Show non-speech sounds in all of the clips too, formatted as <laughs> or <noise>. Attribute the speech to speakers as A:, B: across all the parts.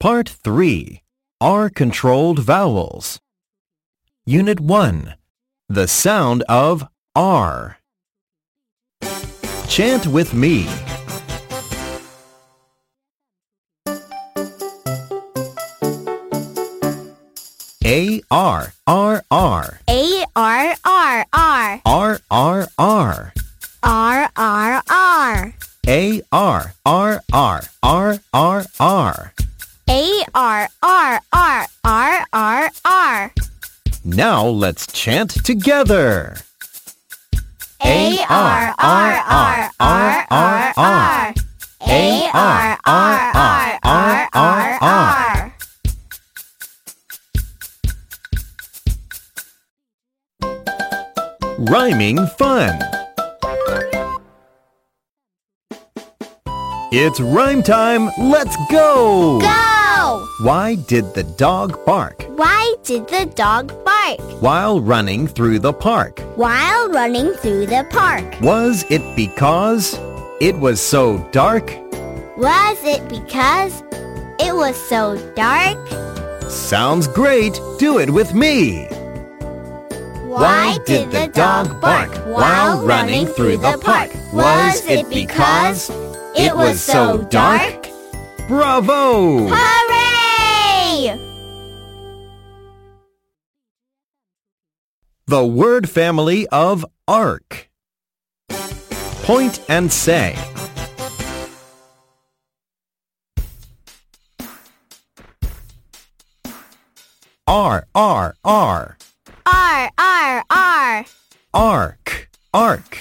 A: Part 3 Are controlled vowels. Unit 1 The sound of R. Chant with me. A R R R
B: A R R R
A: R R R
B: R R R
A: A R R R R R R.
B: A R R R R R R
A: Now let's chant together.
B: A R R R R R R A R R R R R R
A: Rhyming fun. It's rhyme time. Let's go.
B: Go!
A: Why did the dog bark
B: Why did the dog bark
A: while running through the park?
B: while running through the park?
A: Was it because it was so dark?
B: Was it because it was so dark?
A: Sounds great. Do it with me. Why did the dog bark while running through the park? Was it because it was so dark? Bravo!
B: Hooray!
A: The word family of arc. Point and say. R R R
B: R R R
A: arc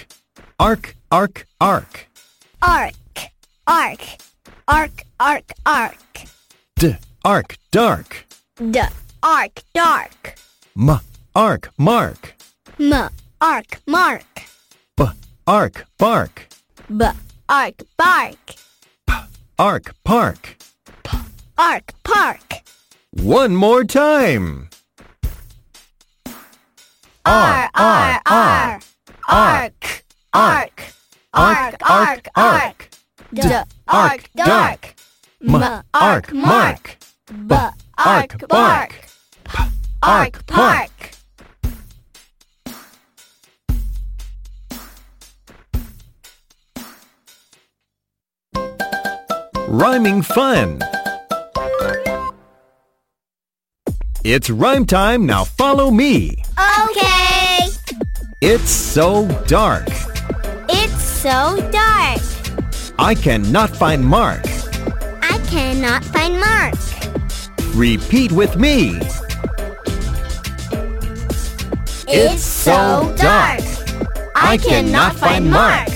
A: arc arc arc arc
B: arc arc arc arc arc
A: d arc dark
B: d arc dark
A: m arc mark
B: m arc mark
A: b arc bark
B: b arc bark
A: arc park.
B: arc park
A: One more time.
B: R R R arc arc arc arc arc d arc dark
A: M arc mark.
B: b arc bark arc park
A: Rhyming fun. It's rhyme time. Now follow me.
B: okay
A: It's so dark.
B: it's so dark
A: I cannot find Mark.
B: I cannot find Mark.
A: Repeat with me. It's so dark. I cannot find Mark.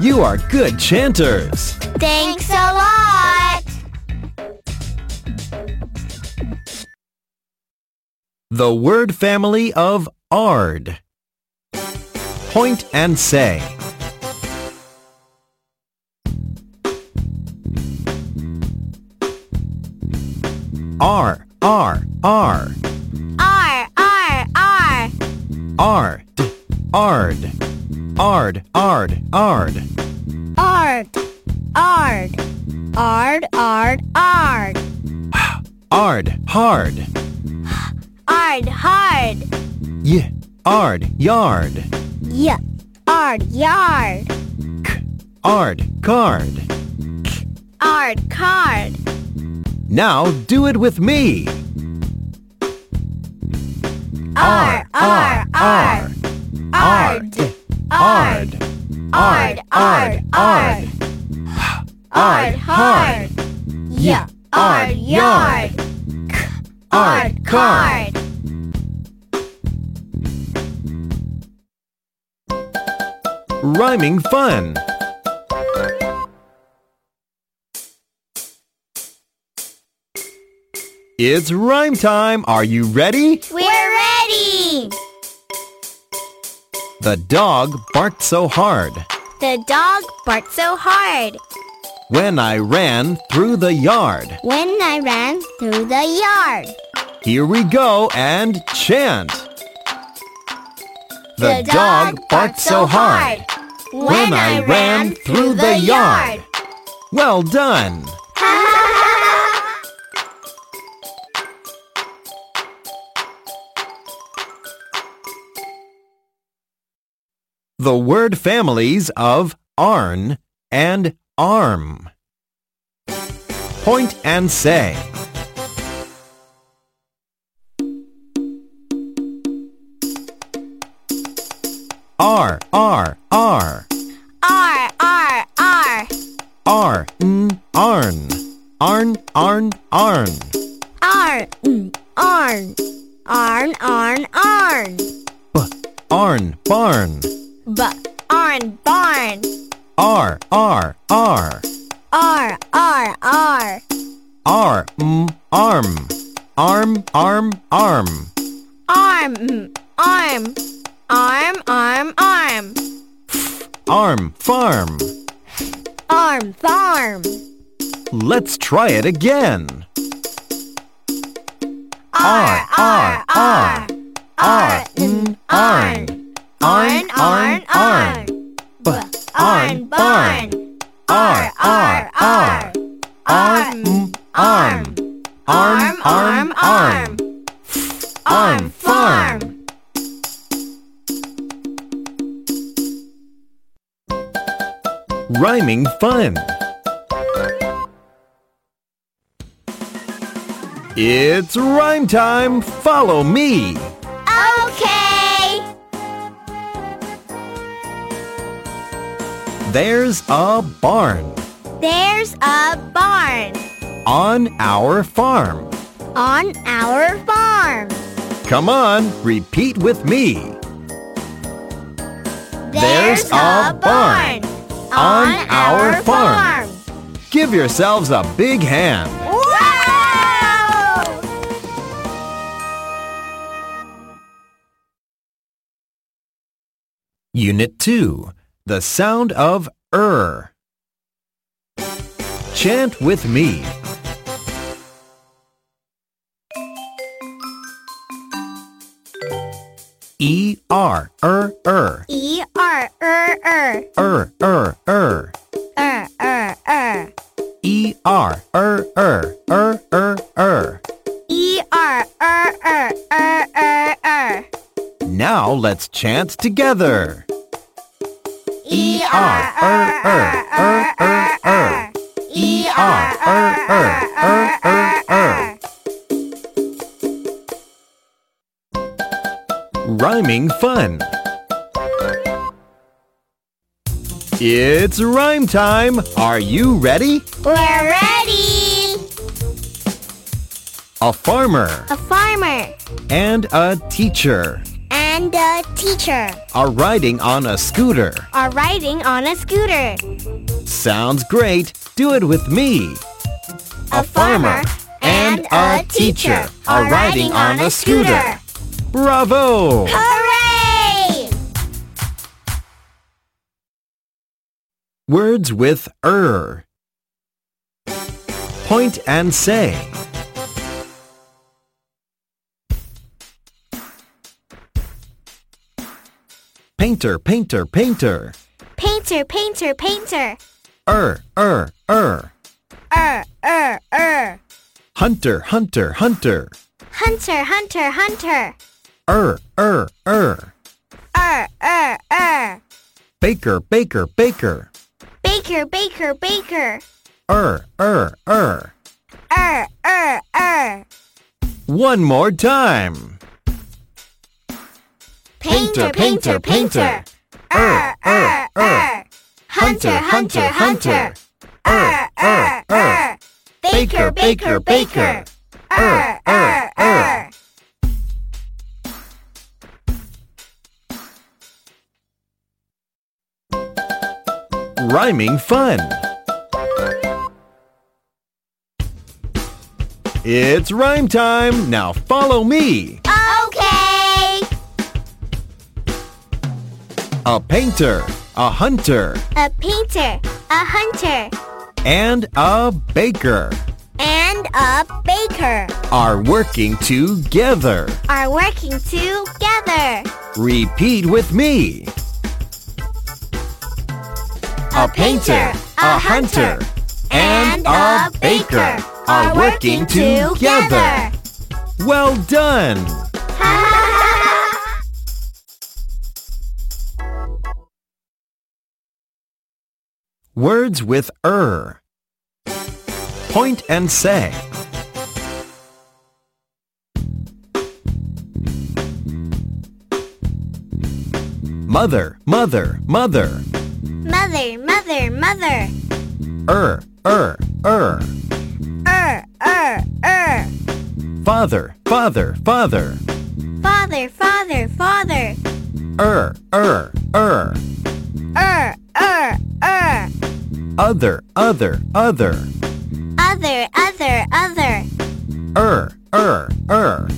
A: You are good chanters.
B: Thanks a lot.
A: The word family of ard. Point and say. R R R
B: R R R
A: ard ard ard ard ard
B: ard ard ard ard ard
A: ard hard
B: ard hard
A: y ard yard
B: y ard yard
A: k ard card.
B: ard card
A: Now do it with me.
B: r r r ard ard ard ard ard ard hard y ard yard ard card
A: Rhyming fun. It's rhyme time. Are you ready?
B: We're ready!
A: The dog barked so hard
B: The dog barked so hard
A: when I ran through the yard.
B: when I ran through the yard.
A: Here we go and chant. The, dog barked so hard when I ran through the yard. Well done.
B: yard. <laughs>
A: the word families of arn and arm. Point and say. R, R, R.
B: R, R, R.
A: R, N, Arn. Arn, Arn, Arn.
B: Arn, arn. Arn, arn, arn.
A: B, Arn, Barn.
B: B, arn, barn.
A: R, R, R.
B: R, R, R.
A: R, M, Arm. Arm, Arm, Arm.
B: Arm, mm, arm. Arm, arm, arm.
A: Arm, Farm.
B: Arm, farm.
A: Let's try it again.
B: R, R, R.
A: R, N, Arn. Arn, Arn, Arn. B, Arn, Barn. R, R, R. R, M, Arm. Arm, Arm, Arm. Arm, Farm. Rhyming fun. It's rhyme time. Follow me.
B: Okay.
A: There's a barn
B: There's a barn
A: on our farm.
B: on our farm.
A: Come on, repeat with me.
B: There's a barn on our farm.
A: Give yourselves a big hand.
B: Wow!
A: Unit 2. The sound of er. Chant with me. E R er er
B: E R er er
A: er er er
B: er er er
A: E R er er er er er.
B: E R er er er er er
A: Now let's chant together.
B: E R er er er er er E R er er er er er
A: Rhyming fun. It's rhyme time. Are you ready?
B: We're ready.
A: A farmer
B: A farmer
A: and a teacher
B: and a teacher
A: are riding on a scooter.
B: are riding on a scooter.
A: Sounds great. Do it with me.
B: A farmer and a teacher are riding on a scooter.
A: Bravo!
B: Hooray!
A: Words with er. Point and say. Painter, painter, painter.
B: Painter, painter, painter.
A: Er, er, er.
B: Er, er, er.
A: Hunter, hunter, hunter.
B: Hunter, hunter, hunter.
A: Er, er, er.
B: Er, er, er.
A: Baker, baker, baker.
B: Baker, baker, baker.
A: Er, er, er.
B: Er, er, er.
A: One more time.
B: Painter, painter, painter.
A: Er, er, er.
B: Hunter, hunter, hunter. Er, er, er. Baker, baker, baker. Er, er, er.
A: Rhyming fun. It's rhyme time. Now follow me.
B: er. Okay.
A: A painter, a hunter,
B: A painter, a hunter,
A: and a baker
B: and a baker
A: are working together.
B: are working together.
A: Repeat with me. A painter, a hunter, and a baker are working together. Well done! Words with er. Point and say. Mother, mother, mother.
B: Mother, mother, mother.
A: Er, er, er.
B: Er, er, er.
A: Father, father, father.
B: Father, father, father.
A: Er, er, er.
B: Er, er, er.
A: Other, other, other.
B: Other, other, other.
A: Er, er, er.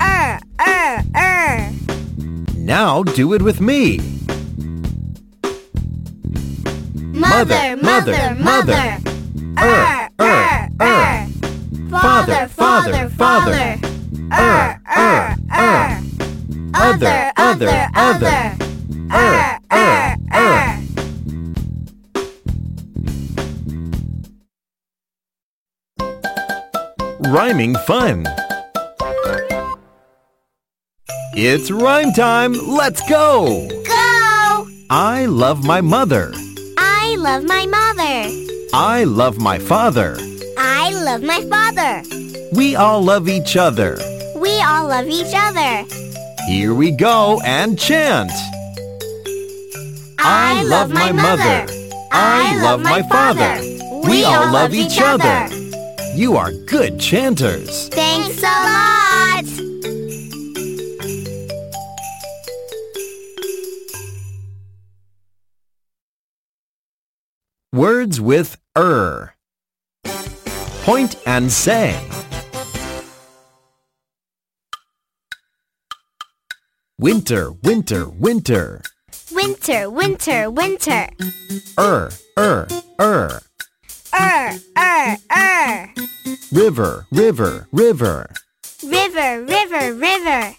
B: Er, er, er.
A: Now do it with me.
B: Mother, mother, mother.
A: Er, er, er.
B: Father, father, father. Er, er, er. Other, other, other. Er, er, er.
A: Rhyming fun. It's rhyme time. Let's go.
B: Go!
A: I love my mother.
B: I love my mother.
A: I love my father.
B: I love my father.
A: We all love each other.
B: We all love each other.
A: Here we go and chant.
B: I love my mother. I love my father. We all love each other.
A: You are good chanters.
B: Thanks a lot.
A: Words with er. Point and say. Winter, winter, winter.
B: Winter, winter, winter.
A: Er, er, er.
B: Er, er, er.
A: River, river, river.
B: River, river, river.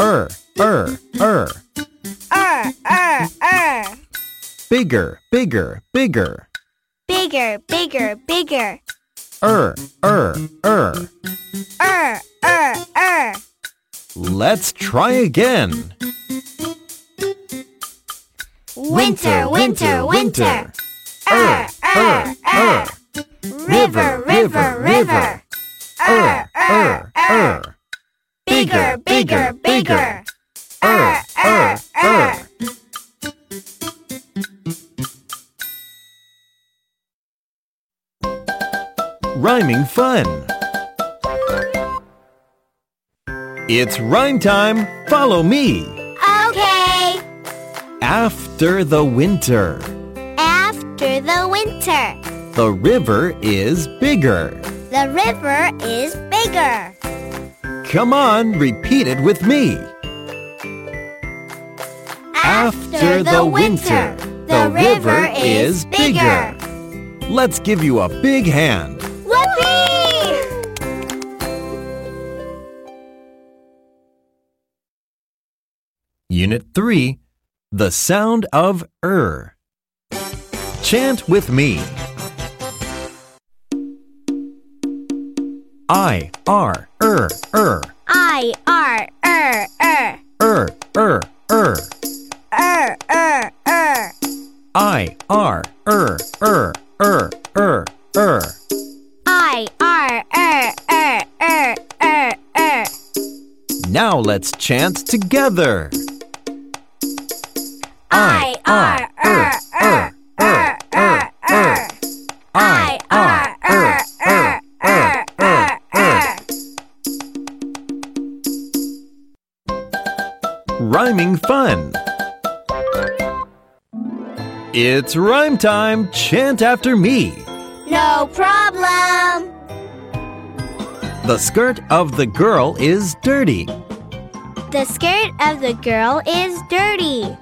A: Er, er, er.
B: Er, er, er.
A: Bigger, bigger, bigger.
B: Bigger, bigger, bigger.
A: Er, er, er.
B: Er, er, er.
A: Let's try again.
B: Winter, winter, winter.
A: Er, er, er.
B: River, river, river.
A: Er, er, er.
B: Bigger, bigger, bigger.
A: Er, er, er. Rhyming fun. It's rhyme time. Follow me.
B: Okay.
A: After the winter,
B: After the winter,
A: the river is bigger.
B: the river is bigger.
A: Come on, repeat it with me. After the winter, the river is bigger. Let's give you a big hand.
B: Whoopee!
A: Unit 3 The Sound of Er. Chant with me. I, R, Er, Er,
B: I R er er
A: Er, Er, Er.
B: er er er
A: I, R, Er, Er, Er, Er, Er.
B: I R er er er er er.
A: Now let's chant together.
B: I R er er er er er. I R er er er er er.
A: Rhyming fun. It's rhyme time. Chant after me.
B: No problem.
A: The skirt of the girl is dirty,
B: The skirt of the girl is dirty.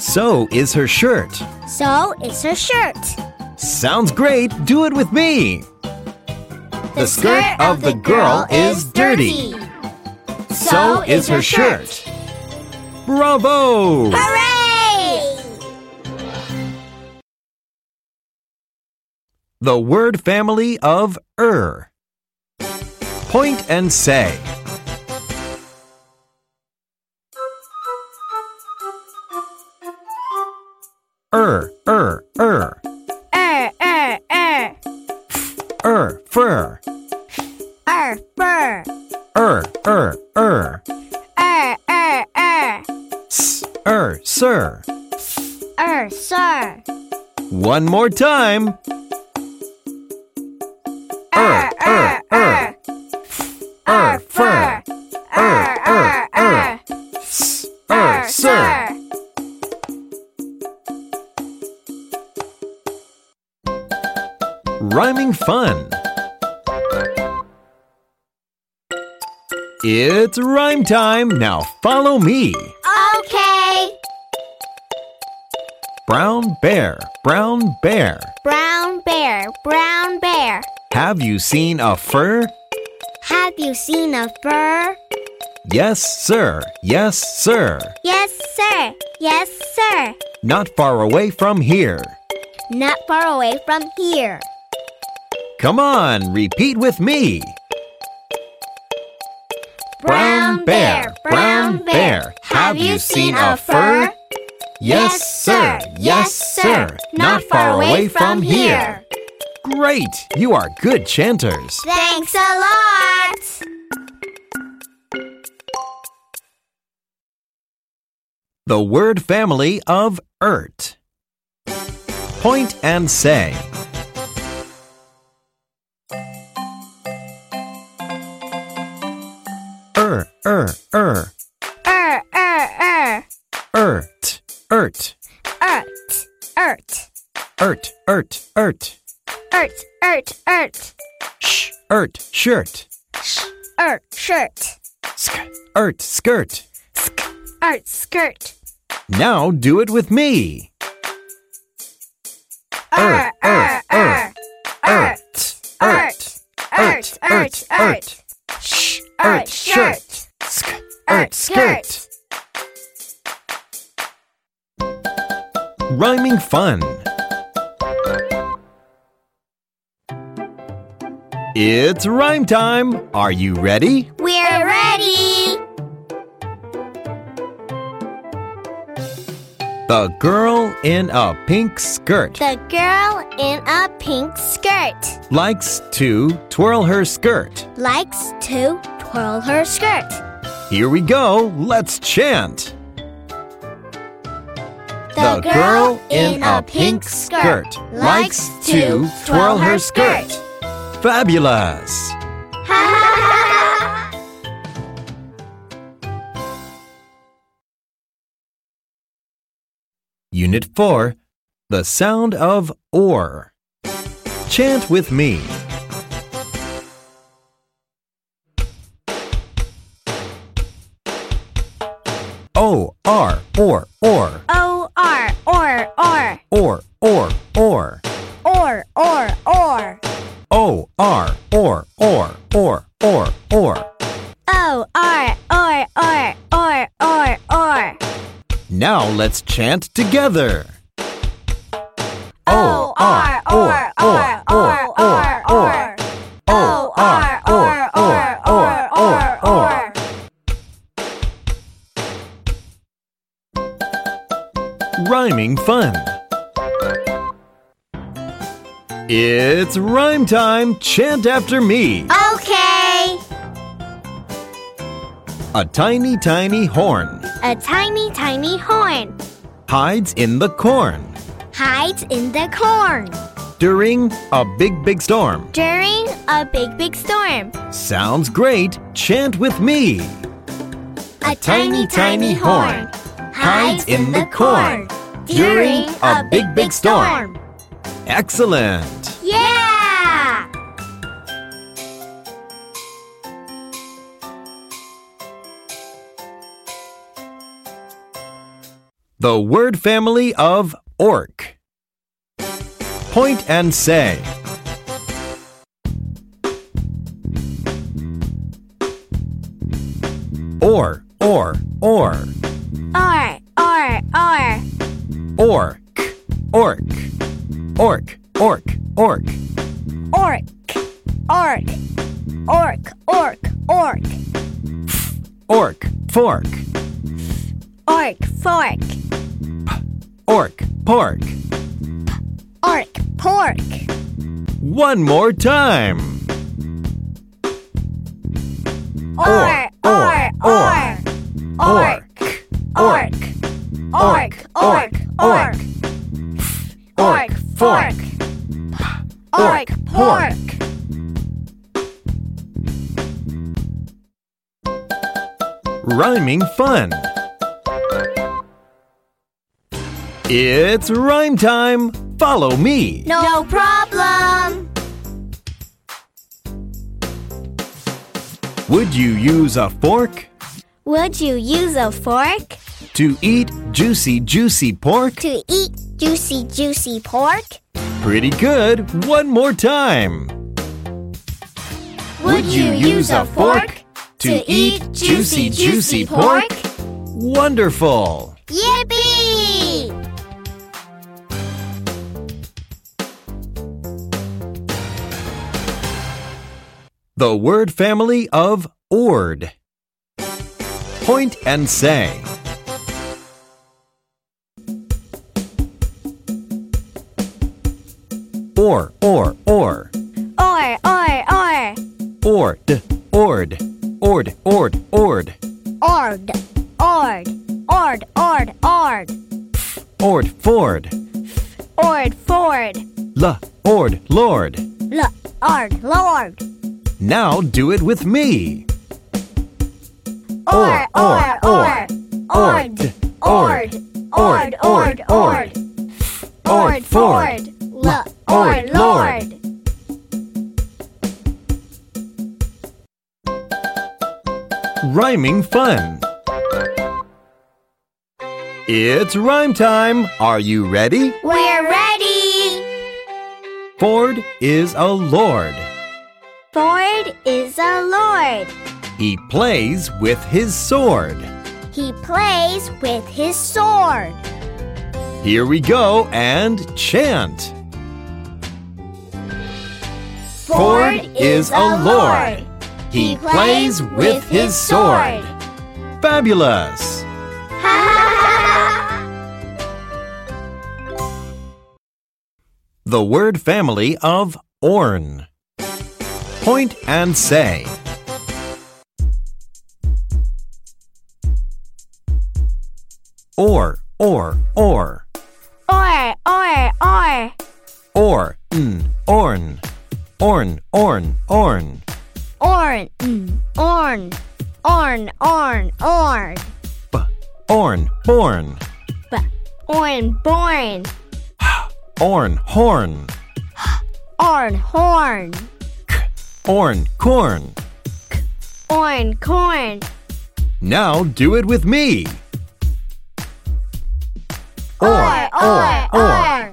A: so is her shirt.
B: So is her shirt.
A: Sounds great, do it with me. The skirt of the girl is dirty, so is her shirt. Bravo!
B: Hooray!
A: The word family of er. Point and say. Er, er, er.
B: Er,
A: fur.
B: Er, fur.
A: Er, er, er.
B: Er, er, er.
A: S, er, sir.
B: Er, sir.
A: One more time.
B: Er, er, er. Er, fur. Er, er, er.
A: S, er, sir. Rhyming fun. It's rhyme time. Now follow me.
B: Okay.
A: Brown bear, brown bear.
B: Brown bear, brown bear.
A: Have you seen a fur?
B: Have you seen a fur?
A: Yes, sir. Yes, sir.
B: Yes, sir. Yes, sir.
A: Not far away from here.
B: Not far away from here.
A: Come on, repeat with me.
B: Brown bear, brown bear, have you seen a fur?
A: Yes, sir. Yes, sir. Not far away from here. Great! You are good chanters.
B: Thanks a lot.
A: The word family of ERT. Point and say. Er, er, er,
B: Er, er, er.
A: ert, ert,
B: Ert, ert,
A: ert, ert, ert.
B: ert, ert, ert.
A: Sh, ert, shirt.
B: Sh, ert, shirt.
A: Sk, ert, skirt.
B: Sk, ert, skirt.
A: Now do it with me. Er, er, er. Ert, ert, ert, ert, ert.
B: Sh,
A: Ert, shirt. Sk, ert, skirt. Rhyming fun. It's rhyme time. Are you ready?
B: We're ready.
A: The girl in a pink skirt
B: The girl in a pink skirt
A: likes to twirl her skirt.
B: likes to twirl her skirt.
A: Here we go. Let's chant.
B: The girl in a pink skirt likes to twirl her skirt.
A: Fabulous! Unit 4 The Sound of Or. Chant with me. O, R, or, or,
B: O R or or
A: or, or, or.
B: or or or
A: O, R, or, or, or, or, or.
B: O R or or or or or
A: Now let's chant together.
B: O R or or or or or O R or or or or or
A: Rhyming fun. It's rhyme time. Chant after me.
B: Okay.
A: A tiny, tiny horn
B: A tiny tiny horn
A: hides in the corn
B: hides in the corn
A: during a big, big storm.
B: during a big big storm.
A: Sounds great. Chant with me.
B: A tiny, tiny horn hides in the corn during a big, big storm.
A: Excellent.
B: Yeah!
A: The word family of orc. Point and say. Or, or, or,
B: Or, or, or,
A: orc, orc, orc, orc, orc,
B: orc, orc, orc, orc, orc,
A: orc, fork,
B: orc, fork,
A: orc, pork.
B: orc, pork.
A: One more time. Rhyming fun. It's rhyme time. Follow me.
B: No problem.
A: Would you use a fork
B: Would you use a fork
A: to eat juicy, juicy pork?
B: to eat juicy, juicy pork?
A: Pretty good. One more time. Would you use a fork to eat juicy, juicy pork? Wonderful.
B: Yippee!
A: The word family of ord. Point and say. Or, or, or.
B: Or, or, or.
A: Ord, ord, ord, ord, ord.
B: Ord, ord, ord, ord, ord.
A: Ord, ford.
B: Ord, ford.
A: La, ord, lord.
B: L, ord, lord.
A: Now do it with me.
B: Or, or, or. Ord, ord, ord, ord, ord.
A: Ord, ford.
B: L, ord, lord.
A: Rhyming fun. It's rhyme time. Are you ready?
B: We're ready!
A: Ford is a lord.
B: Ford is a lord.
A: He plays with his sword.
B: He plays with his sword.
A: Here we go and chant. Ford is a lord. He plays with his sword. Fabulous! The word family of orn. Point and say. Or, or, or,
B: Or, or, or.
A: or, n, orn, orn, orn, orn.
B: Orn, mm, orn, orn, orn, orn.
A: B, orn, born,
B: B, orn, born.
A: orn, horn,
B: Orn, horn.
A: orn, corn.
B: Orn, corn.
A: Now do it with me. Or, or, or,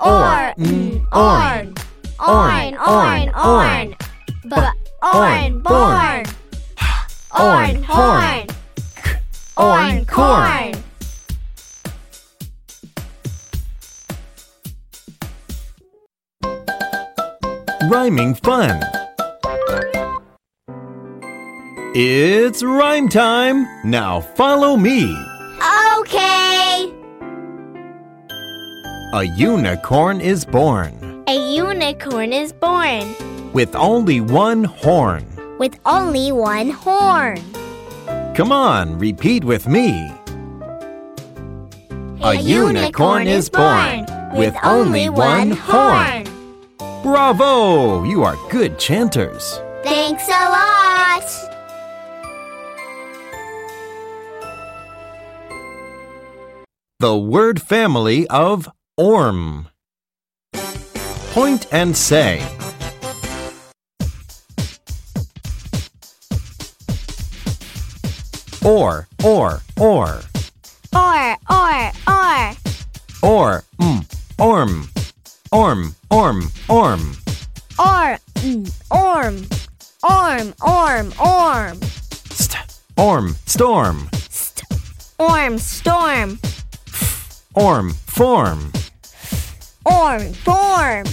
B: Or,
A: mm,
B: orn. Orn, orn, orn. B, orn, born. Orn, horn.
A: orn, corn. Rhyming fun. It's rhyme time. Now follow me.
B: Okay.
A: A unicorn is born
B: A unicorn is born
A: with only one horn.
B: with only one horn.
A: Come on, repeat with me.
B: A unicorn is born with only one horn.
A: Bravo! You are good chanters.
B: Thanks a lot.
A: The word family of orm. Point and say. Or, or, or,
B: Or, or, or.
A: or, mm, orm, orm, orm, orm.
B: Or, mm, orm. Orm, orm, orm.
A: St, orm, storm,
B: St- orm, storm.
A: orm, form.
B: Orm, form.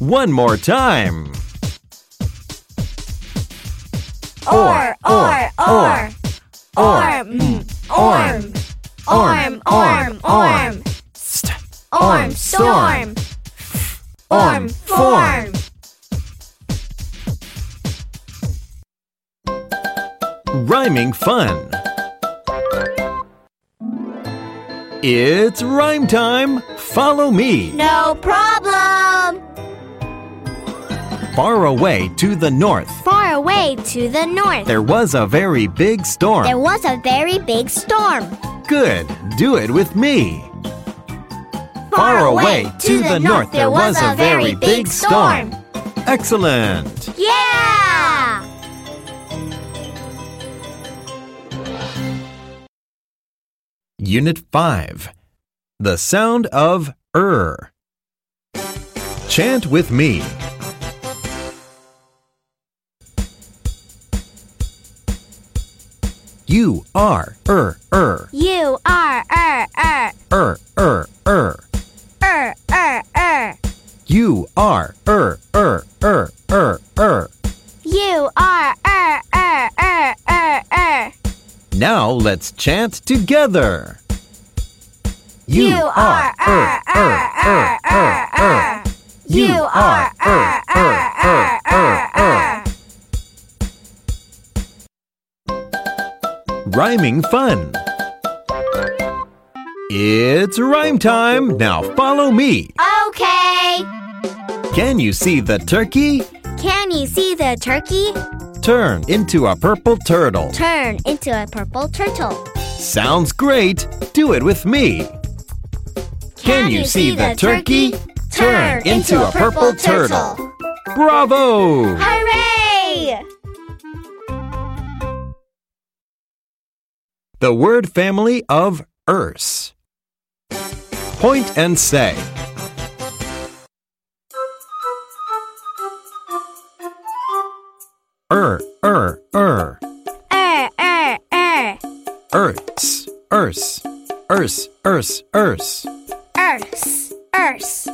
A: One more time.
B: Or, or, or. Orm, mm, orm. Orm, orm, orm.
A: St,
B: Orm, storm. Orm, form.
A: Rhyming fun. It's rhyme time. Follow me.
B: No problem.
A: Far away to the north,
B: Far away to the north.
A: There was a very big storm.
B: There was a very big storm.
A: Good. Do it with me.
B: Far away to the north there was a very big storm.
A: Excellent.
B: Yeah!
A: Unit 5 The Sound of Er. Chant with me. You are er er
B: You are er er
A: er er er.
B: er er er.
A: You are er er er er er.
B: You are er er er er er.
A: Now let's chant together. er, You are er er er er er. Rhyming fun. It's rhyme time. Now follow me.
B: er. Okay.
A: Can you see the turkey?
B: Can you see the turkey
A: Turn into a purple turtle.
B: turn into a purple turtle?
A: Sounds great. Do it with me. Can you see the turkey? Turn into a purple turtle. Bravo!
B: Hooray!
A: The word family of ers. Point and say. Er, er, er,
B: Er er er.
A: erts, ers, ers, ers, ers,
B: Ers ers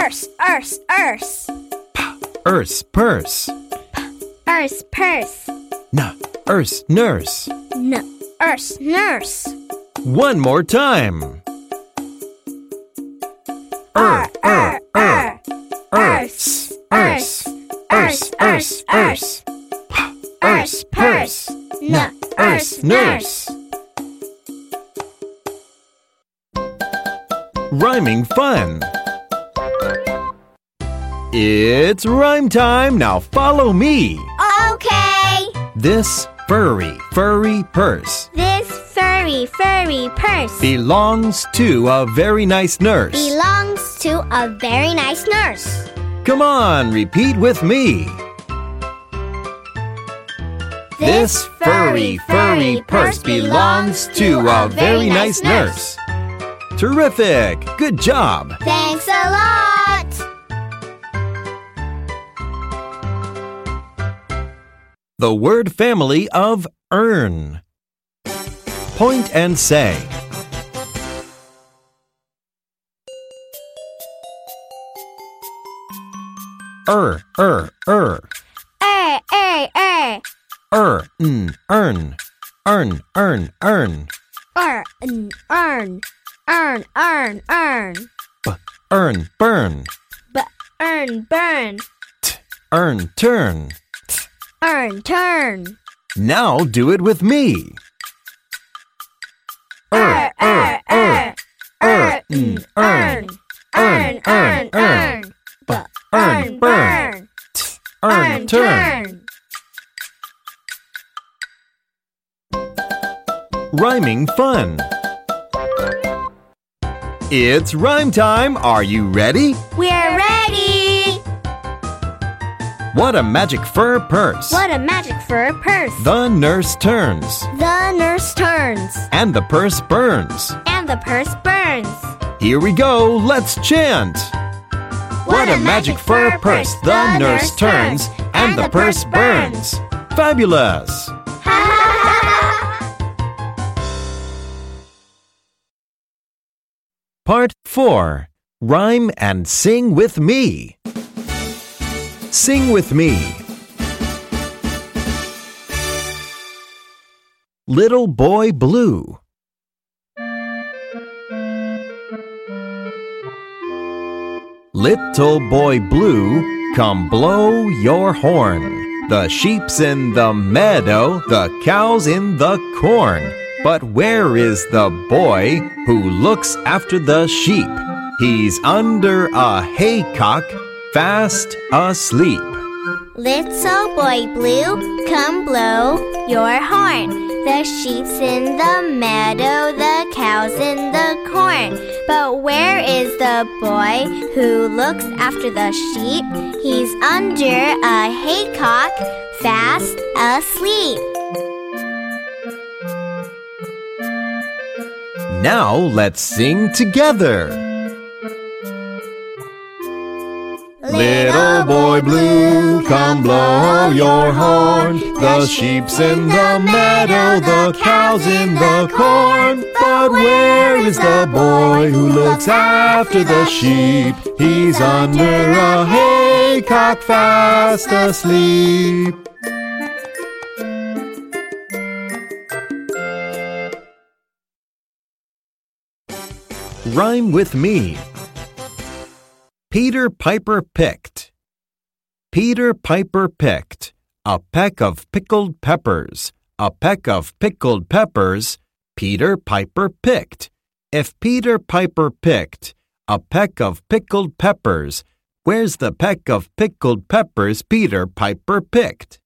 B: ers ers ers.
A: ers, purse,
B: Ers purse.
A: na, ers, nurse.
B: N ers nurse.
A: One more time.
B: Er, er, er.
A: Ers, ers, ers, ers, ers. Ers, purse.
B: N
A: Ers, nurse. Rhyming fun. It's rhyme time. Now follow me.
B: Okay.
A: This furry, furry purse
B: This furry furry purse
A: belongs to a very nice nurse.
B: belongs to a very nice nurse.
A: Come on, repeat with me. This furry, furry purse belongs to a very nice nurse. Terrific! Good job!
B: Thanks a lot.
A: The word family of earn. Point and say. Er, er, er,
B: Er er er.
A: er, n, earn, earn, earn, earn,
B: Earn, Er, earn, earn, earn, earn.
A: b, earn, burn,
B: B earn, burn,
A: t, earn, turn.
B: earn, turn.
A: Now do it with me. Er, er, er, er, n, earn,
B: earn, earn, earn,
A: b, earn, burn. T, earn, turn. Rhyming fun. It's rhyme time. Are you ready?
B: We're ready.
A: What a magic fur purse.
B: What a magic fur purse.
A: The nurse turns,
B: The nurse turns,
A: and the purse burns.
B: and the purse burns.
A: Here we go. Let's chant. What a magic fur purse. The nurse turns, and the purse burns. Fabulous. Part 4 Rhyme and Sing with Me. Sing with me. Little Boy Blue. Little Boy Blue, come blow your horn. The sheep's in the meadow, the cow's in the corn. But where is the boy who looks after the sheep? He's under a haycock, fast asleep.
B: Little boy blue, come blow your horn. The sheep's in the meadow, the cow's in the corn. But where is the boy who looks after the sheep? He's under a haycock, fast asleep.
A: Now let's sing together.
C: Little boy blue, come blow your horn. The sheep's in the meadow, the cow's in the corn. But where is the boy who looks after the sheep? He's under a haycock fast asleep.
A: Rhyme with me. Peter Piper picked. Peter Piper picked a peck of pickled peppers. A peck of pickled peppers Peter Piper picked. If Peter Piper picked a peck of pickled peppers, where's the peck of pickled peppers Peter Piper picked?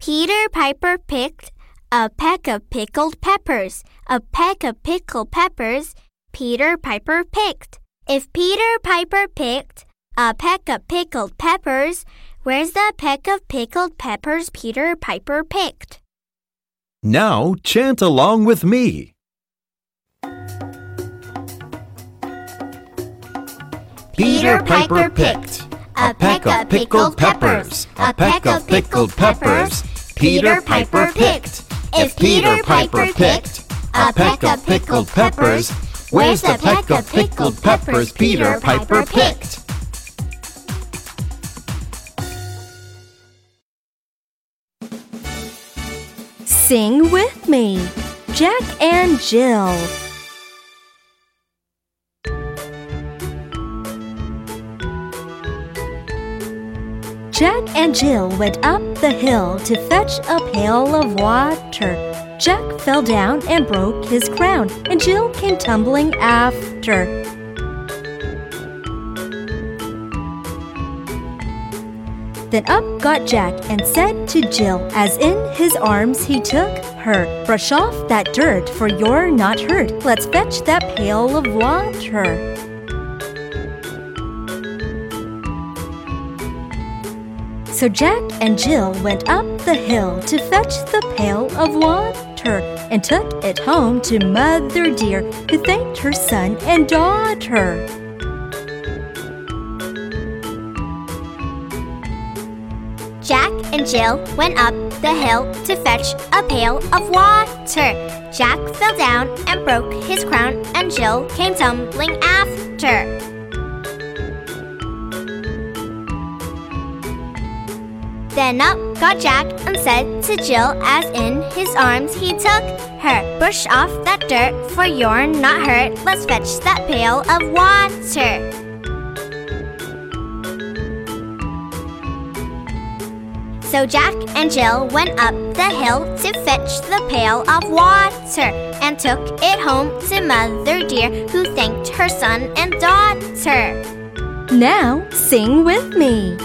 B: Peter Piper picked a peck of pickled peppers. A peck of pickled peppers Peter Piper picked. If Peter Piper picked a peck of pickled peppers, where's the peck of pickled peppers Peter Piper picked?
A: Now chant along with me.
D: Peter Piper picked a peck of pickled peppers, a peck of pickled peppers Peter Piper picked. If Peter Piper picked a peck of pickled peppers, Where's the peck of pickled peppers Peter Piper picked?
E: Sing with me, Jack and Jill. Jack and Jill went up the hill to fetch a pail of water. Jack fell down and broke his crown, and Jill came tumbling after. Then up got Jack and said to Jill, as in his arms he took her, Brush off that dirt, for you're not hurt. Let's fetch that pail of water. So Jack and Jill went up the hill to fetch the pail of water and took it home to Mother Dear, who thanked her son and daughter.
B: Jack and Jill went up the hill to fetch a pail of water. Jack fell down and broke his crown, and Jill came tumbling after. Then up got Jack and said to Jill, as in his arms he took her, Brush off that dirt, for you're not hurt. Let's fetch that pail of water. So Jack and Jill went up the hill to fetch the pail of water and took it home to Mother Dear, who thanked her son and daughter.
E: Now sing with me.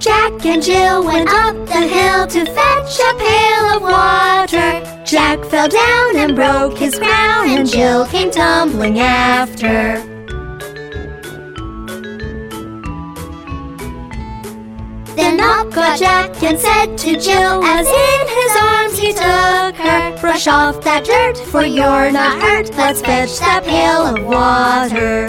D: Jack and Jill went up the hill to fetch a pail of water. Jack fell down and broke his crown, and Jill came tumbling after. Then up got Jack and said to Jill, as in his arms he took her, Brush off that dirt, for you're not hurt. Let's fetch that pail of water.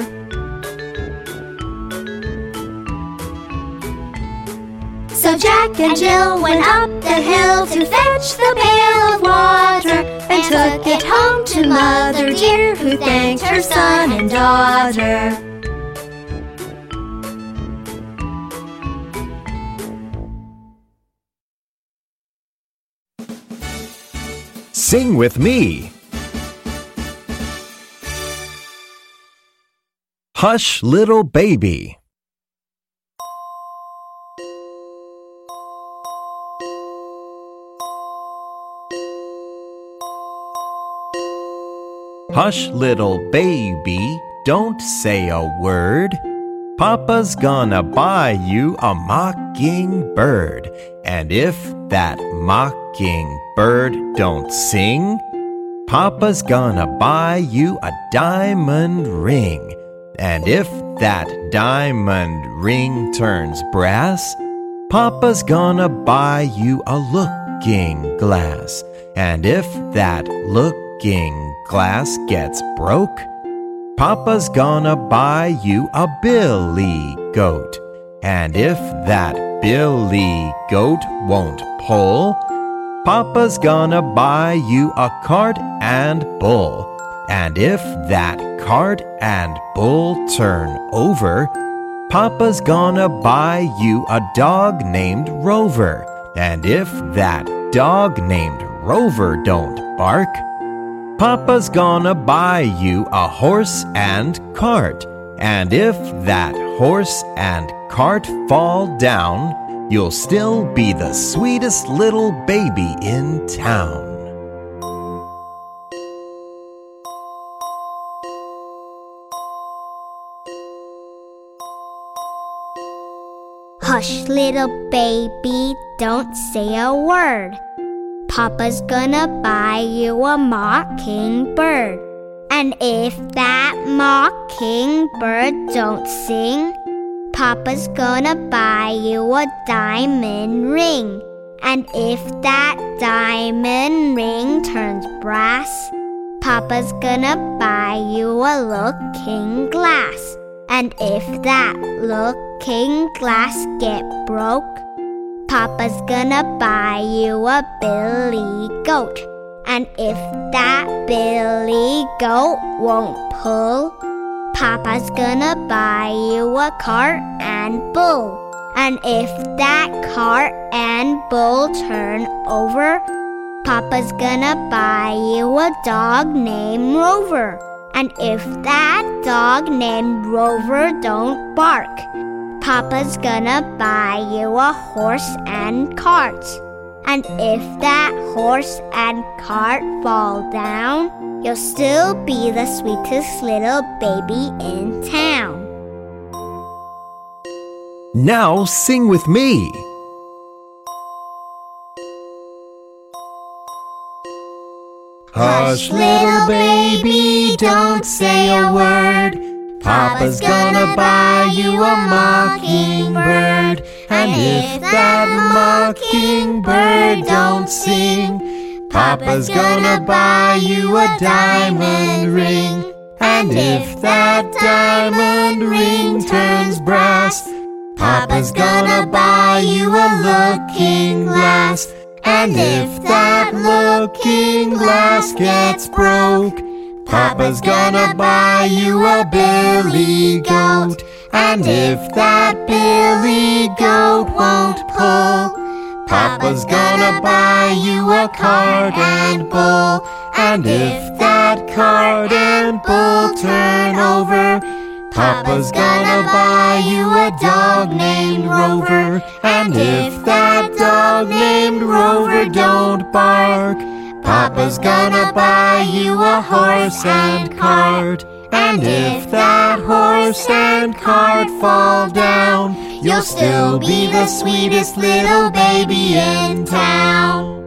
D: So Jack and Jill went up the hill to fetch the pail of water and took it home to Mother Dear, who thanked her son and daughter.
A: Sing with me. Hush, little baby. Hush, little baby, don't say a word. Papa's gonna buy you a mockingbird. And if that mockingbird don't sing, Papa's gonna buy you a diamond ring. And if that diamond ring turns brass, Papa's gonna buy you a looking glass. And if that looking glass gets broke, Papa's gonna buy you a billy goat. And if that billy goat won't pull, Papa's gonna buy you a cart and bull. And if that cart and bull turn over, Papa's gonna buy you a dog named Rover. And if that dog named Rover don't bark, Papa's gonna buy you a horse and cart. And if that horse and cart fall down, you'll still be the sweetest little baby in town.
B: Hush, little baby, don't say a word. Papa's gonna buy you a mockingbird. And if that mockingbird don't sing, Papa's gonna buy you a diamond ring. And if that diamond ring turns brass, Papa's gonna buy you a looking glass. And if that looking glass get broke, Papa's gonna buy you a billy goat. And if that billy goat won't pull, Papa's gonna buy you a cart and bull. And if that cart and bull turn over, Papa's gonna buy you a dog named Rover. And if that dog named Rover don't bark, Papa's gonna buy you a horse and cart. And if that horse and cart fall down, you'll still be the sweetest little baby in town.
A: Now sing with me.
D: Hush, little baby, don't say a word. Papa's gonna buy you a mockingbird. And if that mockingbird don't sing, Papa's gonna buy you a diamond ring. And if that diamond ring turns brass, Papa's gonna buy you a looking glass. And if that looking glass gets broke, Papa's gonna buy you a billy goat. And if that billy goat won't pull, Papa's gonna buy you a cart and bull. And if that cart and bull turn over, Papa's gonna buy you a dog named Rover. And if that dog named Rover don't bark, Papa's gonna buy you a horse and cart. And if that horse and cart fall down, you'll still be the sweetest little baby in town.